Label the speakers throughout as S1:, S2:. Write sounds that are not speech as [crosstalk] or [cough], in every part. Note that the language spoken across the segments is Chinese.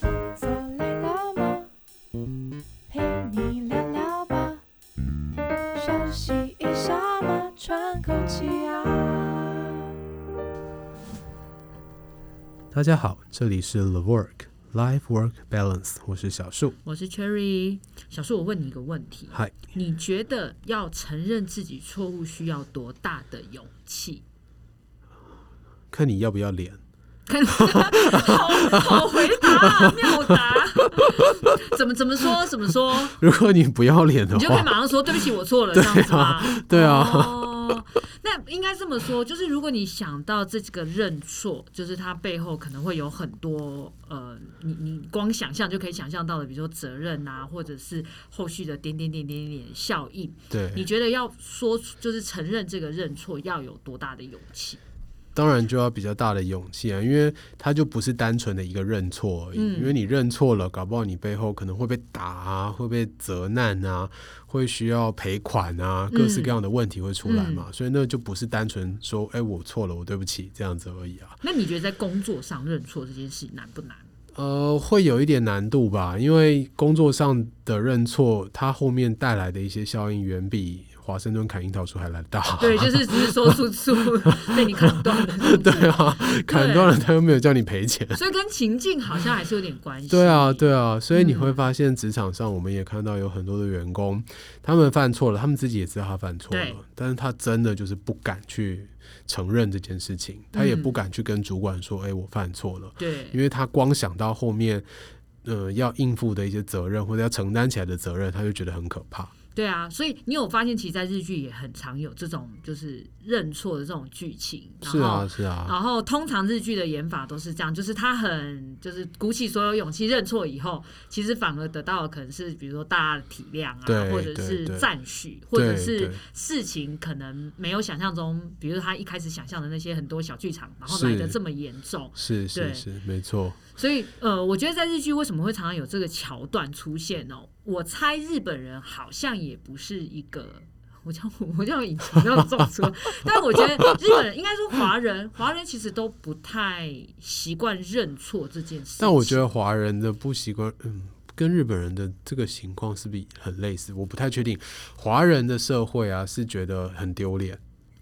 S1: 坐累了吗？陪你聊聊吧，休息一下嘛，喘口气啊。
S2: 大家好，这里是 The Work Life Work Balance，我是小树。
S3: 我是 Cherry。小树，我问你一个问题：
S2: 嗨，
S3: 你觉得要承认自己错误需要多大的勇气？ [laughs]
S2: 看你要不要脸。 [laughs]
S3: 看， [laughs] 好好回
S2: [laughs]
S3: 答、啊，妙答。怎么怎么说？怎么说？
S2: 如果你不要脸的
S3: 你就可以
S2: 话，
S3: 马上说对不起，我错了，这样子吗？
S2: 啊对啊，
S3: 哦，那应该这么说，就是如果你想到这个认错，就是它背后可能会有很多呃，你你光想象就可以想象到的，比如说责任啊，或者是后续的点点点点点效应。你
S2: 对，
S3: 觉得要说出就是承认这个认错要有多大的勇气？
S2: 当然就要比较大的勇气啊，因为它就不是单纯的一个认错而已。
S3: 嗯
S2: 因为你认错了，搞不好你背后可能会被打啊，会被责难啊，会需要赔款
S3: 嗯
S2: 啊，各式各样的问题会出来嘛。所以那就不是单纯说，哎、我错了，我对不起这样子而已啊。
S3: 那你觉得在工作上认错这件事难不难？
S2: 呃，会有一点难度吧，因为工作上的认错，它后面带来的一些效应远比华盛顿砍樱桃树还来得大。
S3: 对，就是只是说出 [laughs] 错被你砍断了这样子，
S2: [laughs] 对啊，砍断了他又没有叫你赔
S3: [laughs]
S2: 钱。
S3: 所以跟情境好像还是有点关系。
S2: 对啊，对啊，所以
S3: 嗯
S2: 你会发现职场上，我们也看到有很多的员工，他们犯错了，他们自己也知道他犯错了
S3: 对，
S2: 但是他真的就是不敢去承认这件事情，他也
S3: 嗯
S2: 不敢去跟主管说：“哎、我犯错了。”
S3: 对
S2: 因为他光想到后面，呃，要应付的一些责任或者要承担起来的责任，他就觉得很可怕。
S3: 对啊，所以你有发现，其实，在日剧也很常有这种就是认错的这种剧情。然
S2: 是
S3: 后哦
S2: 啊，是啊，
S3: 然后通常日剧的演法都是这样，就是他很就是鼓起所有勇气认错以后，其实反而得到的可能是比如说大家的体谅啊，
S2: 对
S3: 或者是
S2: 对对
S3: 赞许，或者
S2: 对
S3: 是
S2: 对
S3: 事情可能没有想象中，比如他一开始想象的那些很多小剧场，然后
S2: 是
S3: 来的这么严重。
S2: 是是
S3: 对
S2: 是，没错。
S3: 所以呃，我觉得在日剧为什么会常常有这个桥段出现哦？我猜日本人好像也不是一个。我叫我叫引擎要走出来，但我觉得日本人应该说华人，华人其实都不太习惯认错这件事情。
S2: 但我觉得华人的不习惯，嗯，跟日本人的这个情况是不是很类似？我不太确定。华人的社会啊，是觉得很丢脸，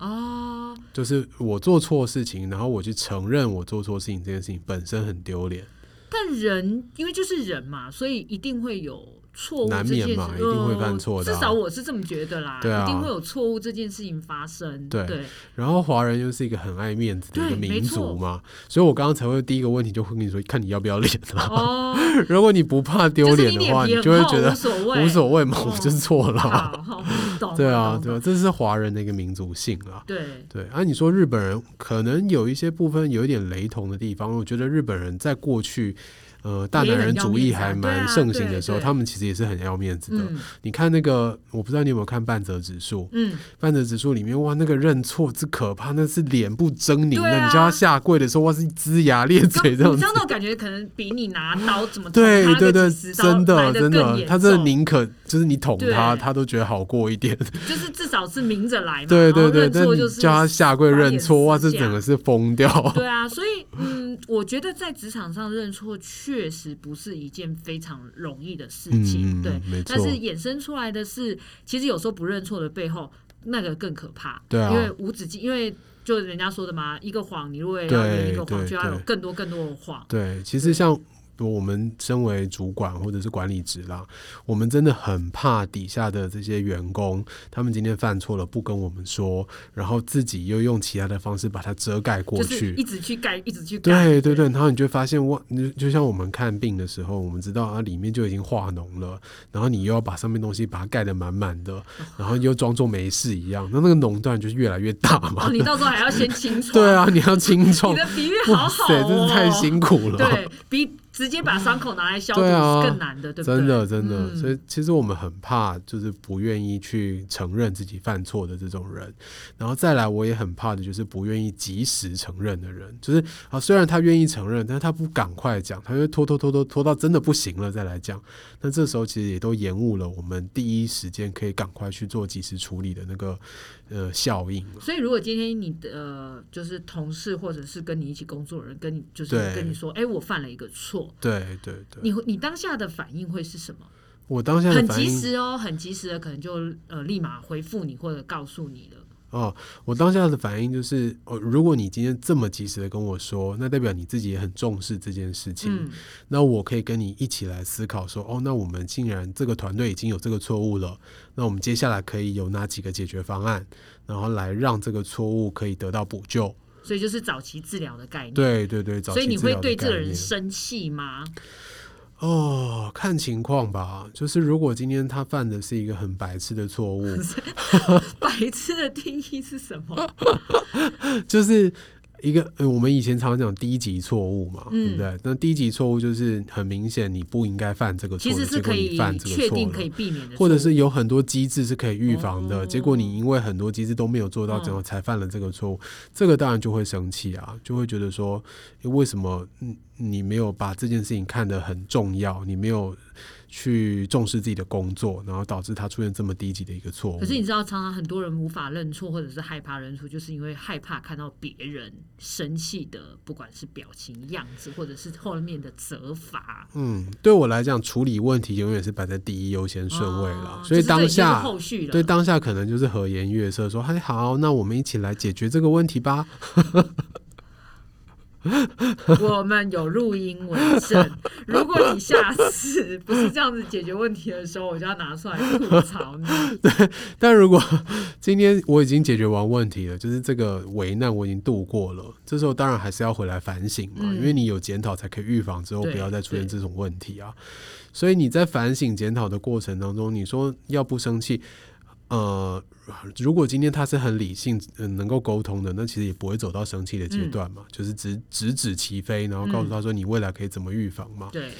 S3: 哦，
S2: 就是我做错事情，然后我去承认我做错事情这件事情本身很丢脸，
S3: 但人因为就是人嘛，所以一定会有错误这
S2: 难
S3: 件
S2: 免
S3: 事，
S2: 嘛一定会犯错的啊
S3: 呃至少我是这么觉得啦，
S2: 对啊
S3: 一定会有错误这件事情发生。
S2: 对 [laughs]
S3: 对
S2: 然后华人又是一个很爱面子的一个
S3: 对没
S2: 民族
S3: 错
S2: 嘛，所以我刚刚才会第一个问题就会跟你说，看你要不要脸啊。
S3: 哦，
S2: [laughs] 如果你不怕丢
S3: 就是
S2: 脸
S3: 你
S2: 的
S3: 脸
S2: 话，
S3: 皮
S2: 你
S3: 很
S2: 就会
S3: 厚
S2: 觉得
S3: 无所谓，
S2: 无所谓嘛，
S3: 哦
S2: 我就是错了 [laughs] 啊。
S3: 好，好懂了。
S2: 对啊，
S3: 懂
S2: 对
S3: 了
S2: 啊，这是华人的一个民族性啊。
S3: 对
S2: 对，按、啊、你说日本人可能有一些部分有一点雷同的地方，我觉得日本人在过去，呃，大男人主义还蛮盛行的时候，
S3: 也很要面子啊对啊对对
S2: 他们其实也是很要面子的。
S3: 嗯
S2: 你看那个，我不知道你有没有看半泽指数， [laughs]
S3: 嗯，
S2: 半泽指数里面哇，那个认错之可怕，那是脸部狰狞的，
S3: 对啊
S2: 你叫他下跪的时候，哇，是龇牙咧嘴这
S3: 你知道
S2: 样子。
S3: 那种感觉，可能比你拿刀
S2: [laughs]
S3: 怎么捅
S2: 对
S3: 哦他
S2: 对
S3: 个
S2: 对
S3: 几，十刀
S2: 真
S3: 来
S2: 的
S3: 得
S2: 真
S3: 更
S2: 的，
S3: 严
S2: 他真的
S3: 重
S2: 宁可就是你捅他，
S3: 对
S2: 他都觉得好过一点。
S3: 就是至少是明着来嘛，
S2: 对
S3: 然后
S2: 对对，
S3: 认
S2: 但
S3: 错
S2: 你
S3: 就是
S2: 叫他下跪
S3: 法
S2: 认
S3: 眼
S2: 错，哇，
S3: 私
S2: 这整
S3: 下
S2: 个是疯掉。
S3: [laughs] 对啊，所以嗯，我觉得在职场上认错确实不是一件非常容易的事情，
S2: 嗯
S3: 对
S2: 没。
S3: 但是
S2: 错
S3: 衍生出来的是，其实有时候不认错的背后，那个更可怕，
S2: 对啊
S3: 因为无止境，因为就人家说的嘛，一个谎，你如果要圆
S2: 对
S3: 一个谎，
S2: 对
S3: 就要有
S2: 对
S3: 更多更多的谎。
S2: [laughs] 对，其实像我们身为主管或者是管理职啦，我们真的很怕底下的这些员工，他们今天犯错了不跟我们说，然后自己又用其他的方式把它遮盖过
S3: 就是
S2: 去。
S3: 一直去盖，一直去盖。
S2: 对对对，然后你就会发现，哇，你就就像我们看病的时候，我们知道啊，里面就已经化脓了，然后你又要把上面东西把它盖得满满的，然后又装作没事一样，那那个脓当然就是越来越大嘛。
S3: 哦，你到时候还要先
S2: [laughs]
S3: 清创。
S2: 对，啊，你要清创
S3: 你，的比喻好
S2: 哇
S3: 好
S2: 塞，
S3: 哦，
S2: 真是太辛苦了。
S3: 对比直接把伤口拿来消毒
S2: 对啊
S3: 是更难的，对不对？
S2: 真的，真的，
S3: 嗯
S2: 所以其实我们很怕，就是不愿意去承认自己犯错的这种人。然后再来，我也很怕的就是不愿意及时承认的人，就是啊，虽然他愿意承认，但是他不赶快讲，他就拖拖拖拖拖到真的不行了再来讲。那这时候其实也都延误了我们第一时间可以赶快去做及时处理的那个呃效应。
S3: 所以，如果今天你的、呃、就是同事或者是跟你一起工作的人跟你就是
S2: 对
S3: 跟你说，哎、我犯了一个错，错，
S2: 对对对，
S3: 你会你当下的反应会是什么？
S2: 我当下的
S3: 很
S2: 反
S3: 及
S2: 应
S3: 时哦，很及时的，可能就呃立马回复你或者告诉你了。
S2: 哦，我当下的反应就是，哦，如果你今天这么及时的跟我说，那代表你自己也很重视这件事情。
S3: 嗯，
S2: 那我可以跟你一起来思考说，哦，那我们竟然这个团队已经有这个错误了，那我们接下来可以有哪几个解决方案，然后来让这个错误可以得到补救。
S3: 所以就是早期治疗的概念。
S2: 对对对，早
S3: 所以
S2: 期
S3: 你
S2: 治
S3: 会
S2: 疗的
S3: 对这
S2: 概
S3: 个人
S2: 念。
S3: 生气吗？
S2: 哦，看情况吧。就是如果今天他犯的是一个很白痴的错误，
S3: 白痴的定义是什
S2: 嗯
S3: 么？
S2: 就是一个、呃我们以前常讲低级错误嘛，对
S3: 嗯
S2: 不对？那低级错误就是很明显你不应该犯这个错
S3: 其
S2: 的，
S3: 实是
S2: 结果
S3: 可
S2: 你
S3: 以
S2: 犯这个
S3: 确
S2: 错
S3: 定
S2: 了
S3: 可以避免的错误，
S2: 或者是有很多机制是可以预防的，
S3: 哦
S2: 结果你因为很多机制都没有做到，
S3: 嗯
S2: 最后才犯了这个错误，这个当然就会生气啊，就会觉得说，诶为什么嗯你没有把这件事情看得很重要，你没有去重视自己的工作，然后导致他出现这么低级的一个错误。
S3: 可是你知道，常常很多人无法认错，或者是害怕认错，就是因为害怕看到别人生气的，不管是表情、样子，或者是后面的责罚。
S2: 嗯，对我来讲，处理问题永远是摆在第一优先顺位了，
S3: 哦
S2: 所以
S3: 就是这已
S2: 当
S3: 经是
S2: 下。
S3: 后续了，
S2: 对，当下可能就是和颜悦色说：“嗨，哎好，那我们一起来解决这个问题吧。
S3: 我们有录音为证。 [laughs] 如果你下次不是这样子解决问题的时候，我就要拿出来吐槽你。
S2: 但如果 [laughs] 今天我已经解决完问题了，就是这个危难我已经度过了，这时候当然还是要回来反省嘛，
S3: 嗯
S2: 因为你有检讨才可以预防之后
S3: 对
S2: 不要再出现
S3: 对
S2: 这种问题啊。所以你在反省检讨的过程当中，你说要不生气，呃，如果今天他是很理性、嗯、能够沟通的，那其实也不会走到生气的阶
S3: 嗯
S2: 段嘛，就是直直指其非，然后告诉他说你未来可以怎么预防嘛。 [laughs]
S3: 对，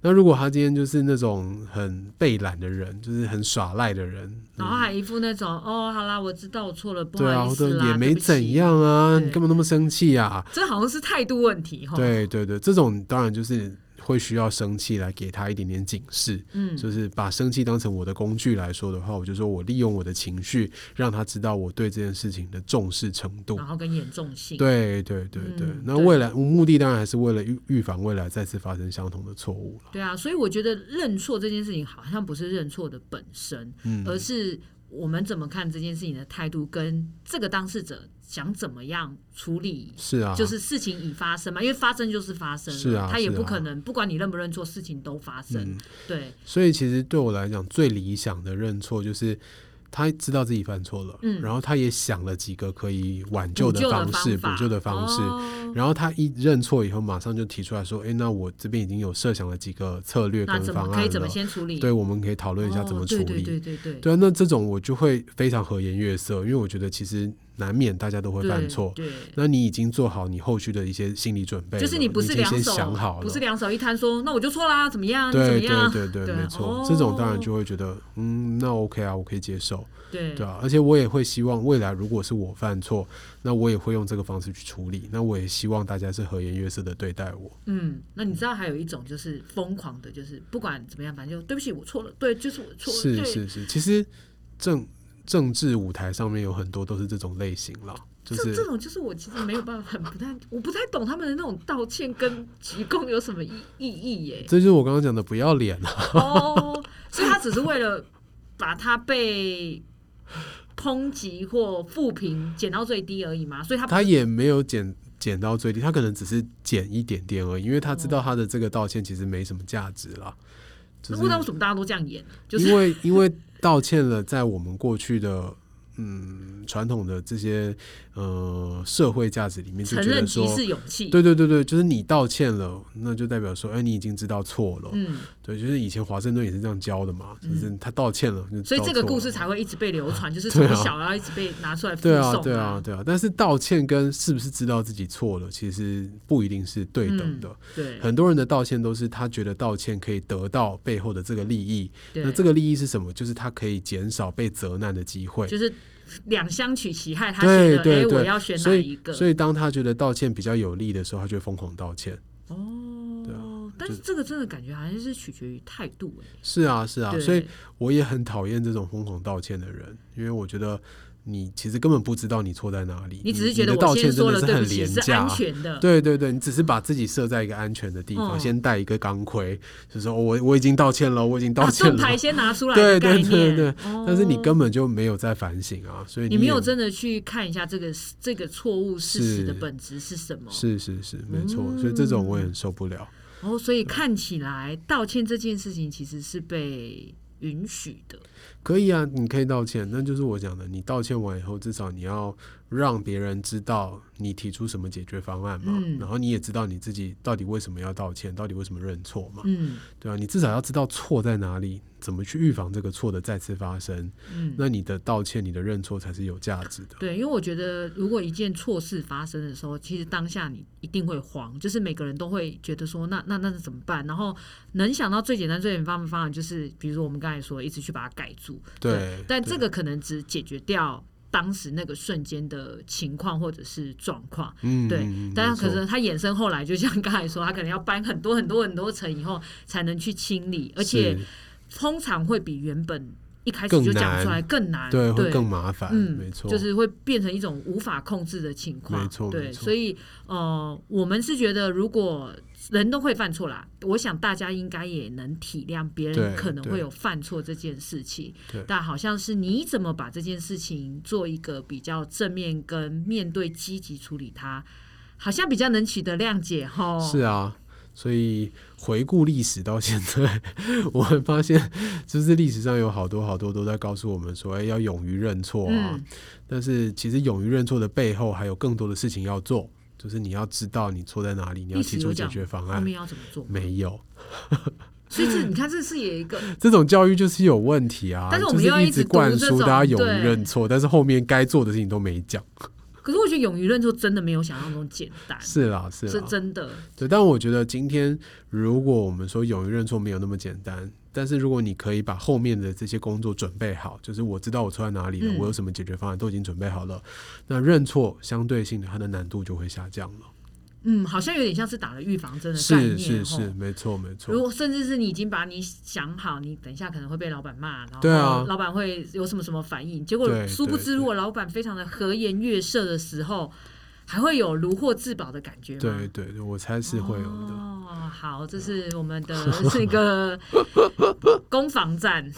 S2: 那如果他今天就是那种很被懒的人，就是很耍赖的人，
S3: 然后还一副那种哦，好啦，我知道我错了，不
S2: 对啊，
S3: 好意
S2: 我
S3: 思
S2: 都
S3: 啦，
S2: 也
S3: 对
S2: 没
S3: 不起
S2: 怎。样啊，
S3: 对哦
S2: 你干嘛那么生气啊？
S3: 这好像是态度问题哈。，
S2: 对对对，这种当然就是会需要生气来给他一点点警示，
S3: 嗯，
S2: 就是把生气当成我的工具来说的话，我就说我利用我的情绪让他知道我对这件事情的重视程度
S3: 然。后跟严重性。
S2: 对对对对，
S3: 哦嗯
S2: 那
S3: 对
S2: 未来目的当然还是为了预预防未来再次发生相同的错误了。
S3: 对啊，所以我觉得认错这件事情好像不是认错的本身，
S2: 嗯，
S3: 而是我们怎么看这件事情的态度，跟这个当事者想怎么样处理。
S2: 是啊，
S3: 就是事情已发生嘛，因为发生就是发生了，
S2: 是啊
S3: 他也
S2: 是啊
S3: 不可能、不管你认不认错，事情都发生。
S2: 嗯，
S3: 对，
S2: 所以其实对我来讲，最理想的认错就是他知道自己犯错了，
S3: 嗯
S2: 然后他也想了几个可以挽救
S3: 补
S2: 的
S3: 救的
S2: 方式、
S3: 法
S2: 补救的方式。
S3: 哦
S2: 然后他一认错以后，马上就提出来说：“诶，那我这边已经有设想了几个策略
S3: 那
S2: 跟
S3: 怎
S2: 方
S3: 么可
S2: 案
S3: 以怎么
S2: 了，
S3: 先处理？
S2: 对，我们可以讨论一下
S3: 哦
S2: 怎么处理。
S3: 对对对对对，
S2: 对啊，那这种我就会非常和颜悦色，因为我觉得其实难免大家都会
S3: 对
S2: 犯错。
S3: 对。
S2: 那你已经做好你后续的一些心理准备了，
S3: 就是你不是
S2: 已经
S3: 两
S2: 先
S3: 手
S2: 想好了，
S3: 不是两手一摊说，那我就错啦，怎么样？你怎么
S2: 对
S3: 样？
S2: 对对对，
S3: 对
S2: 没错，这种当然
S3: 哦
S2: 就会觉得，嗯，那 OK 啊，我可以接受，
S3: [laughs] 对
S2: 对啊，而且我也会希望未来如果是我犯错，那我也会用这个方式去处理，那我也希望大家是和颜悦色的对待我，
S3: 嗯，那你知道还有一种就是疯狂的，就是不管怎么样，反正就对不起，我错了，对，就是我错了，
S2: 是
S3: 对
S2: 是是，其实政政治舞台上面有很多都是这种类型啦，就
S3: 这这
S2: 是。
S3: 种就是我其实没有办法，不太我不太懂他们的那种道歉跟鞠躬有什么意意义耶
S2: [laughs] 。这就是我刚刚讲的不要脸啊！
S3: 哦，所以他只是为了把他被抨击或负评减到最低而已嘛，所以他
S2: 他也没有减减到最低，他可能只是减一点点而已，因为他知
S3: 哦
S2: 道他的这个道歉其实没什么价值啦。就是
S3: 那不知道为什么大家都这样演，就是
S2: 因为 [laughs] 因为道歉了，在我们过去的嗯传统的这些呃社会价值里面，就
S3: 承
S2: 觉
S3: 认
S2: 得
S3: 即
S2: 说，
S3: 是勇气。
S2: 对对对对，就是你道歉了，那就代表说，哎，你已经知道错了。
S3: 嗯，
S2: 对，就是以前华盛顿也是这样教的嘛，就是他道歉了，就
S3: 所以这个
S2: 道错了
S3: 故事才会一直被流
S2: [laughs]
S3: 传，就是
S2: 对
S3: 从
S2: 啊
S3: 小然后一直被拿出来附
S2: 对啊，
S3: 送
S2: 对啊，，对啊，但是道歉跟是不是知道自己错了，其实不一定是对等的。
S3: 嗯对，
S2: 很多人的道歉都是他觉得道歉可以得到背后的这个利益，
S3: 对
S2: 那这个利益是什么？就是他可以减少被责难的机会。
S3: 就是两相取其害，他觉
S2: 对
S3: 得哎、
S2: 对对，
S3: 我要选哪
S2: 所以
S3: 一个？
S2: 所以当他觉得道歉比较有利的时候，他就会疯狂道歉。对啊
S3: 哦，但
S2: 就是
S3: 这个真的感觉好像是取决于态度哎、
S2: 是啊，是啊，
S3: 对
S2: 所以我也很讨厌这种疯狂道歉的人，因为我觉得你其实根本不知道你错在哪里，
S3: 你只是
S2: 你
S3: 觉得
S2: 的道
S3: 我先
S2: 歉真
S3: 说
S2: 的
S3: 了
S2: 是
S3: 对不
S2: 很
S3: 起
S2: 廉
S3: 是
S2: 价
S3: 安。全的，啊
S2: 对对对，你只是把自己设在一个安全的地方，
S3: 嗯
S2: 先戴一个钢盔，就说、哦我我已经道歉了，我已经道
S3: 把
S2: 歉
S3: [laughs] 盾
S2: 了。 [laughs]
S3: 牌先拿出来
S2: 对
S3: 的
S2: 对
S3: 概念，
S2: 对对，
S3: 哦
S2: 但是你根本就没有在反省啊，所以
S3: 你
S2: 也
S3: 没有真的去看一下这个这个错误事实的
S2: 是
S3: 本质是什么。
S2: 是是是，没错，所以这种我也很受不了。
S3: 哦，所以看起来道歉这件事情其实是被允许的。
S2: 可以啊，你可以道歉，那就是我讲的，你道歉完以后，至少你要让别人知道你提出什么解决方案嘛，
S3: 嗯
S2: 然后你也知道你自己到底为什么要道歉，到底为什么认错嘛，
S3: 嗯
S2: 对啊，你至少要知道错在哪里，怎么去预防这个错的再次发生，
S3: 嗯，
S2: 那你的道歉、你的认错才是有价值的。
S3: 对，因为我觉得如果一件错事发生的时候，其实当下你一定会慌，就是每个人都会觉得说，那那那怎么办？然后能想到最简单、最简单的方法就是，比如说我们刚才说，一直去把它盖住。嗯
S2: 对
S3: 但
S2: 对
S3: 这个可能只解决掉。当时那个瞬间的情况或者是状况，
S2: 嗯，
S3: 对
S2: 嗯，
S3: 但是可。
S2: 没
S3: 能
S2: 错
S3: 它衍生后来，就像刚才说，它可能要搬很多很多很多层以后才能去清理，而且
S2: 是
S3: 通常会比原本一开始
S2: 更
S3: 就讲出
S2: 难
S3: 来更难，
S2: 对会
S3: 对，
S2: 更麻烦，
S3: 嗯，
S2: 没错，
S3: 就是会变成一种无法控制的情况，
S2: 没错没
S3: 对，
S2: 错
S3: 所以呃，我们是觉得如果人都会犯错啦，我想大家应该也能体谅别
S2: 对
S3: 人可能
S2: 对
S3: 会有犯错这件事情
S2: 对，
S3: 但好像是你怎么把这件事情做一个比较正面跟面对积极处理它，好像比较能取得谅解哈。
S2: 是啊，所以回顾历史到现在，我们发现就是历史上有好多好多都在告诉我们说，哎，要勇于认错啊。
S3: 嗯
S2: 但是其实勇于认错的背后，还有更多的事情要做，就是你要知道你错在哪里，你要
S3: 历史
S2: 提出
S3: 有
S2: 解
S3: 讲嗯
S2: 决方
S3: 后
S2: 案。
S3: 面要怎么做？
S2: 没有，[laughs]
S3: 所以这你看，这是也一个
S2: 这种教育就是有问题啊！
S3: 但是我
S2: 就
S3: 们又
S2: 是
S3: 要
S2: 一
S3: 一直
S2: 直
S3: 读
S2: 灌
S3: 这
S2: 输
S3: 种
S2: 大家勇于
S3: 对
S2: 认错，但是后面该做的事情都没讲。
S3: 可是我觉得勇于认错真的没有想象中简单，
S2: 是啊啦，是
S3: 是
S2: 啦，
S3: 真的。
S2: 对，但我觉得今天如果我们说勇于认错没有那么简单，但是如果你可以把后面的这些工作准备好，就是我知道我错在哪里了，
S3: 嗯
S2: 我有什么解决方案都已经准备好了，那认错相对性的它的难度就会下降了。
S3: 嗯，好像有点像是打了预防针的概
S2: 是
S3: 念
S2: 是
S3: 吼
S2: 是，没错没
S3: 如
S2: 错，
S3: 果甚至是你已经把你想好，你等一下可能会被老板骂，然
S2: 对啊
S3: 后老板会有什么什么反应，结果
S2: 对
S3: 殊不知，
S2: 对
S3: 如果老板非常的和颜悦色的时候，还会有如获至宝的感觉吗？
S2: 对对对，我猜是会有的。啊
S3: 哦，好，这是我们的这
S2: [laughs]
S3: 个攻防战。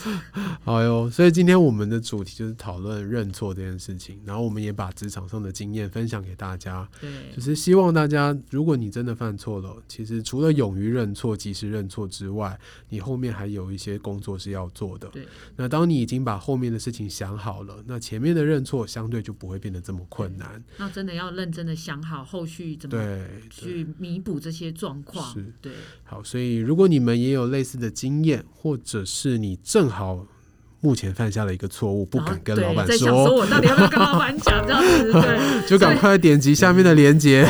S2: 好哟，所以今天我们的主题就是讨论认错这件事情，然后我们也把职场上的经验分享给大家。
S3: 对
S2: 就，是希望大家，如果你真的犯错了，其实除了勇于认错、及时认错之外，你后面还有一些工作是要做的。
S3: 对，
S2: 那当你已经把后面的事情想好了，那前面的认错相对就不会变得这么困难。
S3: 那真的要认真的想好后续怎么
S2: 对，对。
S3: 去弥补这些状况
S2: 是。
S3: 对，
S2: 好，所以如果你们也有类似的经验，或者是你正好目前犯下了一个错误，不
S3: 然后
S2: 敢跟
S3: 对
S2: 老板
S3: 在想说我到底要不要跟老板讲这样
S2: [laughs]
S3: 子？对，
S2: 就赶快点击下面的链接，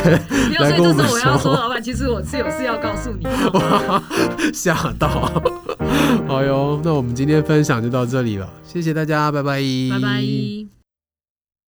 S3: 不要
S2: 来
S3: 所以
S2: 跟我
S3: 这时
S2: 们
S3: 候我要
S2: 说
S3: 说，老板，其实我是有事要告诉你。
S2: [laughs] 吓到。 [laughs] 哎好哟，那我们今天分享就到这里了，谢谢大家，拜拜，
S3: 拜拜。